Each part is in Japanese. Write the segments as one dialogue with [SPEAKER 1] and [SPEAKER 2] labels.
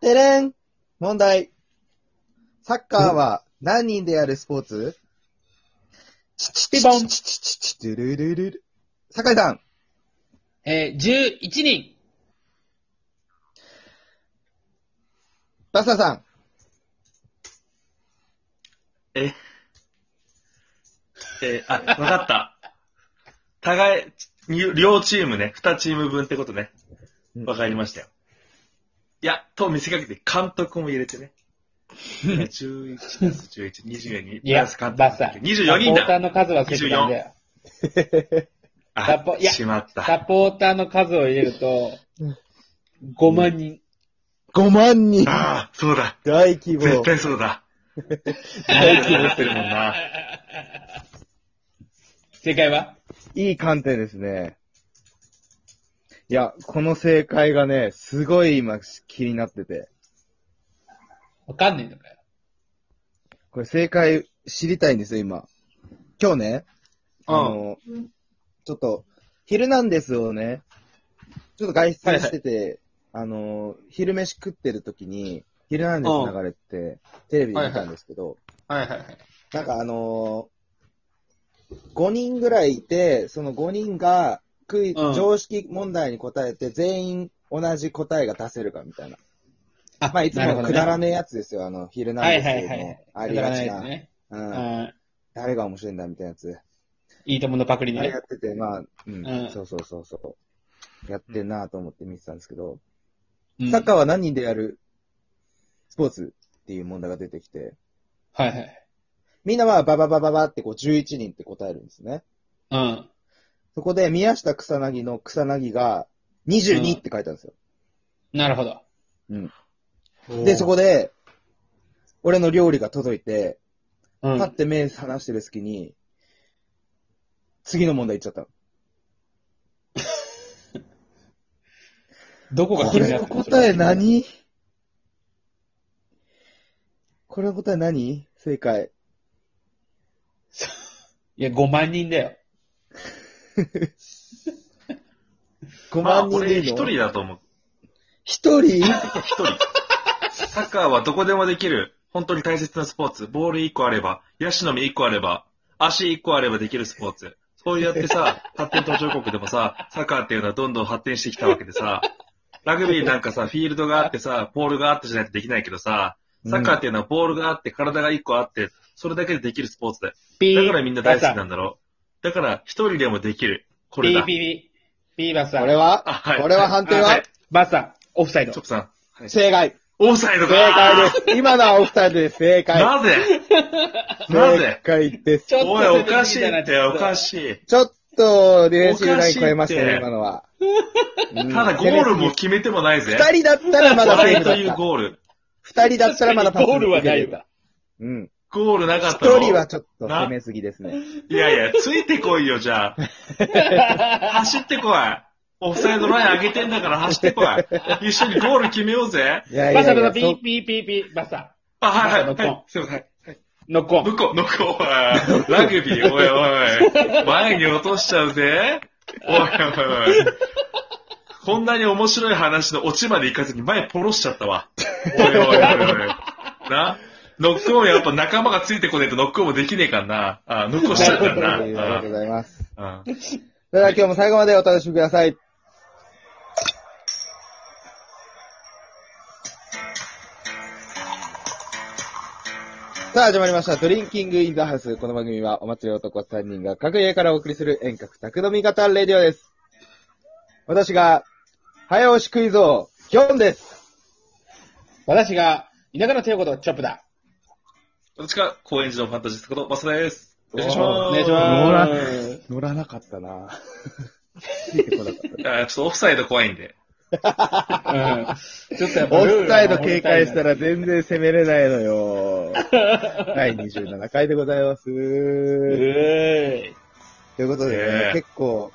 [SPEAKER 1] てれん問題。サッカーは何人でやるスポーツ
[SPEAKER 2] ピボン。
[SPEAKER 1] チチチチドゥルルルル。酒井さん、
[SPEAKER 2] えー、11人。
[SPEAKER 1] バッサーさん。
[SPEAKER 3] え、 え、あ、わかった。互い、に両チームね、二チーム分ってことね。わかりましたよ。いや、と見せかけて監督も入れ てね。11たす11、22、
[SPEAKER 2] いや、
[SPEAKER 3] プラス監督
[SPEAKER 2] バッサ。
[SPEAKER 3] 24人
[SPEAKER 2] サポーター
[SPEAKER 3] だ。
[SPEAKER 2] の数は切なんだよ。サ
[SPEAKER 3] あ
[SPEAKER 2] ポ、いや
[SPEAKER 3] しまった。
[SPEAKER 2] サポーターの数を入れると、5万人。
[SPEAKER 1] 5万人
[SPEAKER 3] ああ、そうだ。
[SPEAKER 1] 大規
[SPEAKER 3] 絶
[SPEAKER 1] 模。
[SPEAKER 3] 対そ うだ。大規模ってるもんな。
[SPEAKER 2] 正解はい
[SPEAKER 1] い観点ですね。いや、この正解がね、すごい今気になってて。
[SPEAKER 2] わかんないのかよ。
[SPEAKER 1] これ正解知りたいんですよ、今。今日ね、
[SPEAKER 3] うん
[SPEAKER 1] あの、ちょっと、昼なんですをね、ちょっと外出してて、あの、昼飯食ってる時に、昼なんです流れて、テレビで見たんですけど、
[SPEAKER 3] はいはいはい。
[SPEAKER 1] なんかあのー、5人ぐらいいて、その5人がクイ、
[SPEAKER 2] うん
[SPEAKER 1] 常識問題に答えて、全員同じ答えが出せるかみたいな。
[SPEAKER 2] あ
[SPEAKER 1] まあ、いつものくだら
[SPEAKER 2] ね
[SPEAKER 1] ねえやつですよ、あの、昼なん
[SPEAKER 2] は
[SPEAKER 1] で
[SPEAKER 2] い
[SPEAKER 1] す
[SPEAKER 2] はい
[SPEAKER 1] よ、
[SPEAKER 2] はい。
[SPEAKER 1] ありがち
[SPEAKER 2] くだら
[SPEAKER 1] な。
[SPEAKER 2] ないですね。う
[SPEAKER 1] うん。
[SPEAKER 2] ん。
[SPEAKER 1] 誰が面白いんだみたいなやつ。
[SPEAKER 2] いいとものパクリ
[SPEAKER 1] あれや
[SPEAKER 2] ね
[SPEAKER 1] っ。てて、まあ、うん、
[SPEAKER 2] うん
[SPEAKER 1] そうそうそうそう。やってんなぁと思って見てたんですけど、
[SPEAKER 2] うん
[SPEAKER 1] サッカーは何人でやるスポーツっていう問題が出てきて、
[SPEAKER 2] はいはい。
[SPEAKER 1] みんなはバババババってこう11人って答えるんですね。
[SPEAKER 2] うん。
[SPEAKER 1] そこで宮下草薙の草薙が22って書いたんですよ。
[SPEAKER 2] なるほど。
[SPEAKER 1] で、そこで、俺の料理が届いて、
[SPEAKER 2] う
[SPEAKER 1] パっ
[SPEAKER 2] ん。
[SPEAKER 1] て目離してる隙に、次の問題いっちゃったの。
[SPEAKER 2] どこが
[SPEAKER 1] こ
[SPEAKER 2] 気に
[SPEAKER 1] れ
[SPEAKER 2] なっ
[SPEAKER 1] の
[SPEAKER 2] て
[SPEAKER 1] 答え何これの答え何正解。
[SPEAKER 2] いや、5万人だよ。
[SPEAKER 1] 5
[SPEAKER 3] まあ、
[SPEAKER 1] 万人
[SPEAKER 3] 俺
[SPEAKER 1] でいい
[SPEAKER 3] 一
[SPEAKER 1] の、
[SPEAKER 3] 人だと思う。
[SPEAKER 1] 一人
[SPEAKER 3] 一人。サッカーはどこでもできる、本当に大切なスポーツ。ボール1個あれば、ヤシの実1個あれば、足1個あればできるスポーツ。そうやっ てさ、発展途上国でもさ、サッカーっていうのはどんどん発展してきたわけでさ、ラグビーなんかさ、フィールドがあってさ、ボールがあってじゃないとできないけどさ、サッカーっていうのはボールがあって、体が1個あって、それだけでできるスポーツだよ。
[SPEAKER 2] ピー。
[SPEAKER 3] だからみんな大好きなん
[SPEAKER 2] だ。
[SPEAKER 3] だろう。だから、一人でもできる。こ
[SPEAKER 2] ピ
[SPEAKER 3] れだ
[SPEAKER 2] ー。ピーピー。ピーバスさ
[SPEAKER 1] これ
[SPEAKER 2] ん。
[SPEAKER 1] は、
[SPEAKER 3] あはい
[SPEAKER 1] これは判定は、
[SPEAKER 3] あはい
[SPEAKER 2] バスさん、オフサイ
[SPEAKER 3] チョ
[SPEAKER 2] ド
[SPEAKER 3] ッ。プさん。はい
[SPEAKER 1] 正解。
[SPEAKER 3] オフサイド
[SPEAKER 1] 正
[SPEAKER 3] だ
[SPEAKER 1] 解です。今のはお二人で正解。
[SPEAKER 3] なぜな
[SPEAKER 1] 正
[SPEAKER 3] ぜ
[SPEAKER 1] 解です。
[SPEAKER 2] ちょっと
[SPEAKER 3] おい、おかしいって、おか
[SPEAKER 2] い。
[SPEAKER 3] しい。
[SPEAKER 1] ちょっと、練習ライン超えました
[SPEAKER 3] おかし
[SPEAKER 1] ね、
[SPEAKER 3] いって
[SPEAKER 1] 今のは。た
[SPEAKER 3] ただ、ゴールも決めてもないぜ。
[SPEAKER 1] 二人だったらまだセー
[SPEAKER 3] 笑い
[SPEAKER 1] フ
[SPEAKER 3] と
[SPEAKER 1] だっ
[SPEAKER 3] いう
[SPEAKER 1] た。
[SPEAKER 3] ゴール。
[SPEAKER 1] 二人だったらまだパス
[SPEAKER 2] ゴールはないわ。
[SPEAKER 1] うん。
[SPEAKER 3] ゴールなかったの
[SPEAKER 1] 一人はちょっと攻めすぎですね。
[SPEAKER 3] いやいや、ついてこいよ、じゃあ。走ってこい。オフサイドライン上げてんだから走ってこい。一緒にゴール決めようぜ。
[SPEAKER 1] いやい
[SPEAKER 2] バ
[SPEAKER 1] や
[SPEAKER 2] ス
[SPEAKER 1] い
[SPEAKER 2] さ
[SPEAKER 1] や
[SPEAKER 2] んのピ
[SPEAKER 1] そ
[SPEAKER 2] ーピーピーピー。バスさ
[SPEAKER 3] あ、はいは
[SPEAKER 2] ノッ
[SPEAKER 3] い。
[SPEAKER 2] クオン
[SPEAKER 3] はいすいません。
[SPEAKER 2] ん、ノックオン。
[SPEAKER 3] 向こう、向こう、おいラグビー、おいおいおい。前に落としちゃうぜ。おいおいおい。こんなに面白い話のオチまで行かずに前ポロしちゃったわ。おいおいおいおい。なノックオンやっぱ仲間がついてこねえとノックオンもできねえからな。あ、ノックオンしちゃっ
[SPEAKER 1] あり
[SPEAKER 3] た
[SPEAKER 1] が
[SPEAKER 3] から
[SPEAKER 1] とうご
[SPEAKER 3] な
[SPEAKER 1] ざいます。
[SPEAKER 3] あ。
[SPEAKER 1] それでは今日も最後までお楽しみください。さあ、始まりました。ドリンキングインザハウス。この番組はお祭り男3人が各家からお送りする遠隔宅飲み型レディオです。私が、早押しクイズ王、ヒョンです。
[SPEAKER 2] 私が、田舎の手ことチョップだ。
[SPEAKER 3] 私が高円寺のファンタジストことマスダです。お願いします。
[SPEAKER 2] お願いし
[SPEAKER 1] ほら
[SPEAKER 2] ます。
[SPEAKER 1] 乗らなかったな ついてこなかった
[SPEAKER 3] いやちょっとオフサイド怖いんで。
[SPEAKER 2] うんちょっと やっぱ
[SPEAKER 1] オ
[SPEAKER 2] ルール
[SPEAKER 1] フサイド警戒した
[SPEAKER 2] は
[SPEAKER 1] ら全然攻めれないの よ。第27回でございます。と
[SPEAKER 2] 守りた
[SPEAKER 1] い
[SPEAKER 2] いな、うーいう
[SPEAKER 1] ことでね、
[SPEAKER 3] ええ
[SPEAKER 1] 結構、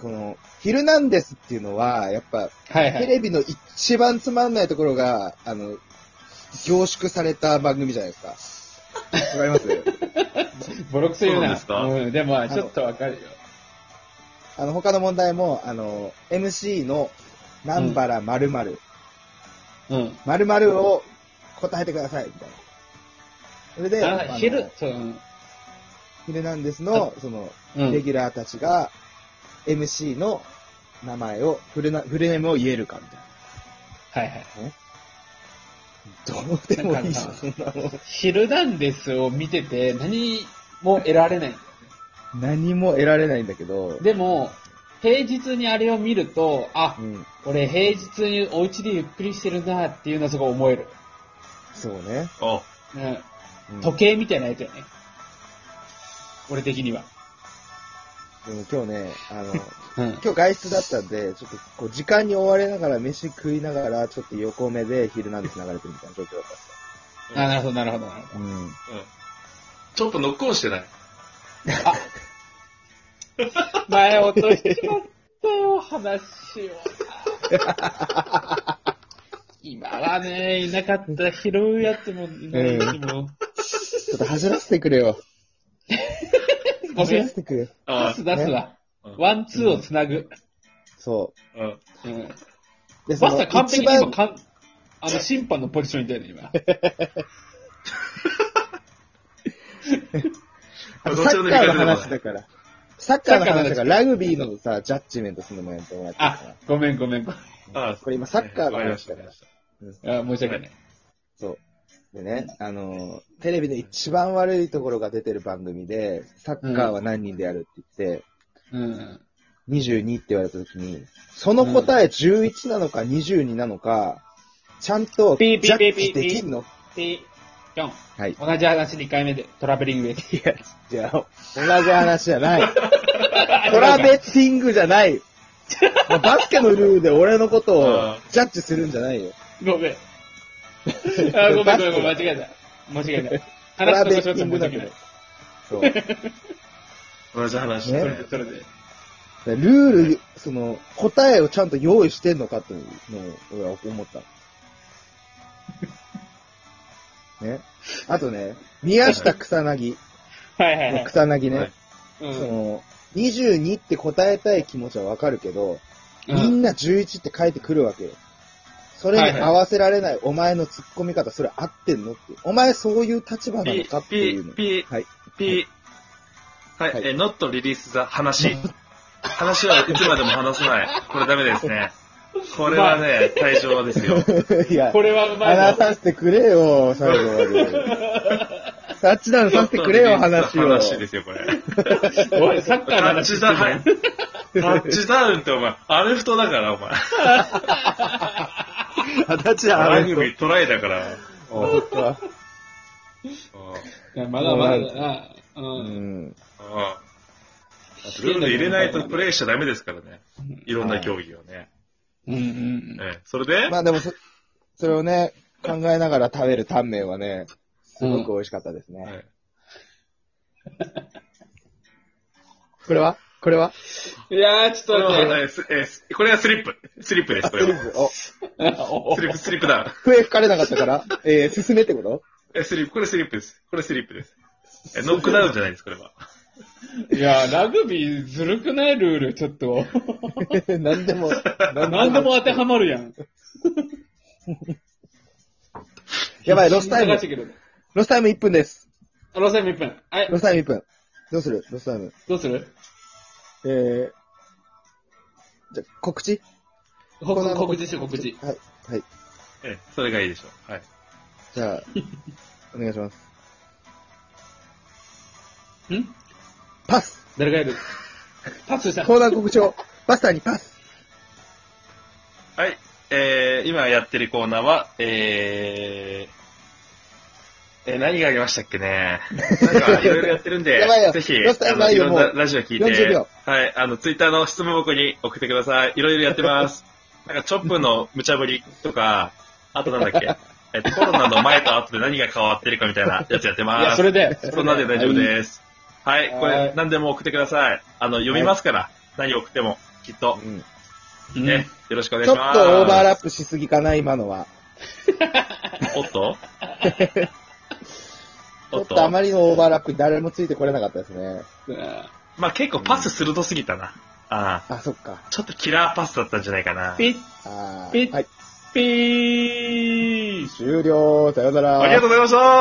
[SPEAKER 1] この、ヒルナンデスっていうのは、やっぱ、
[SPEAKER 2] はいは
[SPEAKER 1] テ
[SPEAKER 2] い。
[SPEAKER 1] レビの一番つまんないところが、あの、凝縮された番組じゃないですか。わかります
[SPEAKER 2] ボロクソ言う
[SPEAKER 3] そうなん
[SPEAKER 2] な。
[SPEAKER 3] ですか
[SPEAKER 2] うん、でもまあ、ちょっとわかるよ。
[SPEAKER 1] あの、他の問題も、あの、MC の、南原〇〇
[SPEAKER 2] うん。
[SPEAKER 1] 〇〇を答えてください、みたいな。それで、あ
[SPEAKER 2] あ、
[SPEAKER 1] の
[SPEAKER 2] 昼、そう、うん
[SPEAKER 1] ヒルナンデスの、その、
[SPEAKER 2] うん。
[SPEAKER 1] レギュラーたちが、MC の名前を、フルな、フルネームを言えるか、みたいな。
[SPEAKER 2] はいはい。
[SPEAKER 1] どうでもいいし、
[SPEAKER 2] なんか
[SPEAKER 1] そんなの。
[SPEAKER 2] ヒルダンデスを見てて何も得られない。
[SPEAKER 1] 何も得られないんだけど、
[SPEAKER 2] でも、平日にあれを見ると、あ
[SPEAKER 1] う、ん、
[SPEAKER 2] 俺平日にお家でゆっくりしてるなっていうのはすごい思える。
[SPEAKER 1] そうね。
[SPEAKER 3] お
[SPEAKER 2] うん。
[SPEAKER 1] うん
[SPEAKER 2] 時計みたいなやつやね。俺的には。
[SPEAKER 1] でも今日ね、あの、
[SPEAKER 2] うん。
[SPEAKER 1] 今日外出だったんで、ちょっとこう時間に追われながら、飯食いながら、ちょっと横目で昼なんです流れてるみたいな状況だったんです
[SPEAKER 2] あ、なるほど、なるほど、なるほど。
[SPEAKER 1] よ。うん。
[SPEAKER 3] ちょっとノックオンしてない。
[SPEAKER 2] 前落としちまったよ、 話を。今はね、いなかった。拾うやつもいないしも。
[SPEAKER 1] ちょっと走らせてくれよ。
[SPEAKER 2] ご
[SPEAKER 1] 走
[SPEAKER 2] め
[SPEAKER 1] ら
[SPEAKER 2] ん
[SPEAKER 1] せ。てくれよ。
[SPEAKER 2] 出
[SPEAKER 3] あ
[SPEAKER 2] す出すわ。
[SPEAKER 3] うん
[SPEAKER 2] ワン、ツーをつなぐ。
[SPEAKER 1] そ
[SPEAKER 3] うん。
[SPEAKER 2] うん。
[SPEAKER 1] う。で
[SPEAKER 2] マスター完璧に今
[SPEAKER 1] 一番
[SPEAKER 2] かん、あの、審判のポジションにいたよね、今。
[SPEAKER 1] あのサッカーの話だから。サッカーの話だから、ラグビーのさ、ジャッジメントするのもやってもらってる
[SPEAKER 2] あ
[SPEAKER 1] か、
[SPEAKER 2] ごめんごめん。ご
[SPEAKER 3] あ
[SPEAKER 1] これ今サッカーの話だ
[SPEAKER 3] わ
[SPEAKER 1] か
[SPEAKER 3] かり
[SPEAKER 1] ら
[SPEAKER 3] まし
[SPEAKER 2] めんあ申し訳ない。
[SPEAKER 1] ら。でね、あの、テレビの一番悪いところが出てる番組で、サッカーは何人でやるって言って、
[SPEAKER 2] うん。
[SPEAKER 1] 22って言われたときに、その答え11なのか22なのか、ちゃんとジ
[SPEAKER 2] ピー
[SPEAKER 1] ャ
[SPEAKER 2] ピーピー
[SPEAKER 1] ッ
[SPEAKER 2] ピー
[SPEAKER 1] ジできんの
[SPEAKER 2] で、キョン。
[SPEAKER 1] はい。
[SPEAKER 2] 同じ話2回目で、トラベリ ングです。
[SPEAKER 1] じゃあ、同じ話じゃ ない。トラベッティングじゃない。もうバスケのルールで俺のことをジャッジするんじゃないよ。
[SPEAKER 2] ごめん。あ、ごめんごめんごめん、間違えた。間違えた。
[SPEAKER 1] トラ
[SPEAKER 2] 話
[SPEAKER 1] ベ
[SPEAKER 2] の
[SPEAKER 1] ッ
[SPEAKER 2] しょ
[SPEAKER 1] ティ
[SPEAKER 2] っと
[SPEAKER 1] ン
[SPEAKER 2] 申
[SPEAKER 1] グ
[SPEAKER 2] し
[SPEAKER 1] だ
[SPEAKER 2] 訳
[SPEAKER 1] け
[SPEAKER 2] な
[SPEAKER 1] ど
[SPEAKER 2] い。。
[SPEAKER 1] そう。
[SPEAKER 3] た同じ話
[SPEAKER 1] ね
[SPEAKER 3] だ
[SPEAKER 2] そ
[SPEAKER 3] ね
[SPEAKER 2] れで、それで。
[SPEAKER 1] でルール、その、答えをちゃんと用意してんのかというのを、俺は思った。ね。あとね、宮下草薙。
[SPEAKER 2] はいはいはい。
[SPEAKER 1] 草薙ね。
[SPEAKER 3] はい
[SPEAKER 2] うん
[SPEAKER 1] その、22って答えたい気持ちはわかるけど、みんな11って書いてくるわけよ。それに合わせられないお前の突っ込み方、それ合ってんのって。お前そういう立場なの
[SPEAKER 3] ピ
[SPEAKER 1] か
[SPEAKER 3] ー、
[SPEAKER 1] っ
[SPEAKER 3] ピ
[SPEAKER 1] ていうの
[SPEAKER 3] ー、。ピー、
[SPEAKER 1] はい。
[SPEAKER 3] ピー。はい
[SPEAKER 1] は、い
[SPEAKER 3] え、not release the 話。話はいつまでも話さない。これダメですね。これはね、退場ですよ。
[SPEAKER 1] いや
[SPEAKER 2] こ、れはうまい
[SPEAKER 1] 話
[SPEAKER 2] な。
[SPEAKER 1] させてくれよ、最後ま で。タッチダウンさせてくれよ、話を。
[SPEAKER 3] 話ですよ、これ。
[SPEAKER 2] おい、サッカーの
[SPEAKER 3] タッ
[SPEAKER 2] 話し
[SPEAKER 3] チ
[SPEAKER 2] て
[SPEAKER 3] ダ
[SPEAKER 2] る
[SPEAKER 3] ウン。タッチダウンってお前、アメフトだから、お前。
[SPEAKER 1] タッチダウン。
[SPEAKER 3] ラグビートライだから。
[SPEAKER 1] そっか
[SPEAKER 2] いやまだまだだな。う。
[SPEAKER 1] うんん。
[SPEAKER 3] ああルール入れないとプレイしちゃダメですからね。いろんな競技をね。
[SPEAKER 2] うんうん
[SPEAKER 3] ええそれで、
[SPEAKER 1] まあでもそ、それをね、考えながら食べるタンメンはね、すごく美味しかったですね。
[SPEAKER 3] はい
[SPEAKER 1] これはこれはい
[SPEAKER 2] やー、ち
[SPEAKER 3] こ
[SPEAKER 2] ょ
[SPEAKER 3] れ
[SPEAKER 2] っと待っ
[SPEAKER 3] はえすえすこれはスリップ。スリップです、これは。
[SPEAKER 1] お、
[SPEAKER 2] て。お
[SPEAKER 3] スリップ、スリップだ。
[SPEAKER 1] 笛吹かれなかった から、えー、進めってこと
[SPEAKER 3] え、スリップ、これスリップです。これスリップです。え、ノックダウンじゃないです、これは。
[SPEAKER 2] いやー、ラグビーずるくないルール、ちょっ と。
[SPEAKER 1] 何でも、
[SPEAKER 2] 何でも当てはまるやん。
[SPEAKER 1] やばい、ロスタイム
[SPEAKER 2] 忙し。いけど
[SPEAKER 1] ロスタイム1分です。
[SPEAKER 2] あロスタイム1分。はい
[SPEAKER 1] ロ、スタイム1分。どうするロスタイム。
[SPEAKER 2] どうする
[SPEAKER 1] えー、じゃ、告知
[SPEAKER 2] 告
[SPEAKER 1] この
[SPEAKER 2] 告知して告知。
[SPEAKER 1] はい、はい。
[SPEAKER 3] ええ、それがいいでしょう。はい。
[SPEAKER 1] じゃあ、お願いします。
[SPEAKER 2] ん
[SPEAKER 1] パス
[SPEAKER 2] 誰がやるパスした
[SPEAKER 1] コーナー告知を、バスターにパス
[SPEAKER 3] はい。えー、今やってるコーナーは、えー、えー、何がありましたっけね。なんか、いろいろやってるんで
[SPEAKER 1] やばいよ、
[SPEAKER 3] ぜひ、
[SPEAKER 1] ロスタイ
[SPEAKER 3] あ
[SPEAKER 1] ムな
[SPEAKER 3] の、い
[SPEAKER 1] いよ
[SPEAKER 3] ろんな
[SPEAKER 1] もう
[SPEAKER 3] ラジオ聞い
[SPEAKER 1] 40
[SPEAKER 3] て
[SPEAKER 1] 秒、
[SPEAKER 3] はい、あの、ツイッターの質問箱に送ってください。いろいろやって ます。なんか、チョップの無茶ぶりとか、あとなんだっけ、えっと、コロナの前と後で何が変わってるかみたいなやつやって
[SPEAKER 2] い
[SPEAKER 3] ま
[SPEAKER 2] や、
[SPEAKER 3] す
[SPEAKER 2] そ。れで。
[SPEAKER 3] そんなんで大丈夫です。はい、
[SPEAKER 2] はい
[SPEAKER 3] これ、何でも送ってください。あの、読みますから、何を送っても、きっと。
[SPEAKER 1] うん。
[SPEAKER 2] うん
[SPEAKER 3] ね、よろしくお願い
[SPEAKER 1] ちょ
[SPEAKER 3] し
[SPEAKER 1] っと
[SPEAKER 3] ます。
[SPEAKER 1] オーバーラップしすぎかな、今のは。
[SPEAKER 3] おっ と
[SPEAKER 1] ち
[SPEAKER 3] お
[SPEAKER 1] ょ
[SPEAKER 3] っ
[SPEAKER 1] っとあ
[SPEAKER 3] と
[SPEAKER 1] まりのオーバーラップに誰もついてこれなかったですね。
[SPEAKER 3] まあ結構パス鋭すぎたな。ああ。
[SPEAKER 1] あ、そっか。
[SPEAKER 3] ちょっとキラーパスだったんじゃないかな。
[SPEAKER 2] ピッ、
[SPEAKER 1] あー
[SPEAKER 2] ピッ
[SPEAKER 1] はい。
[SPEAKER 4] ピース
[SPEAKER 5] 終了。さよなら。
[SPEAKER 2] ありがとうございました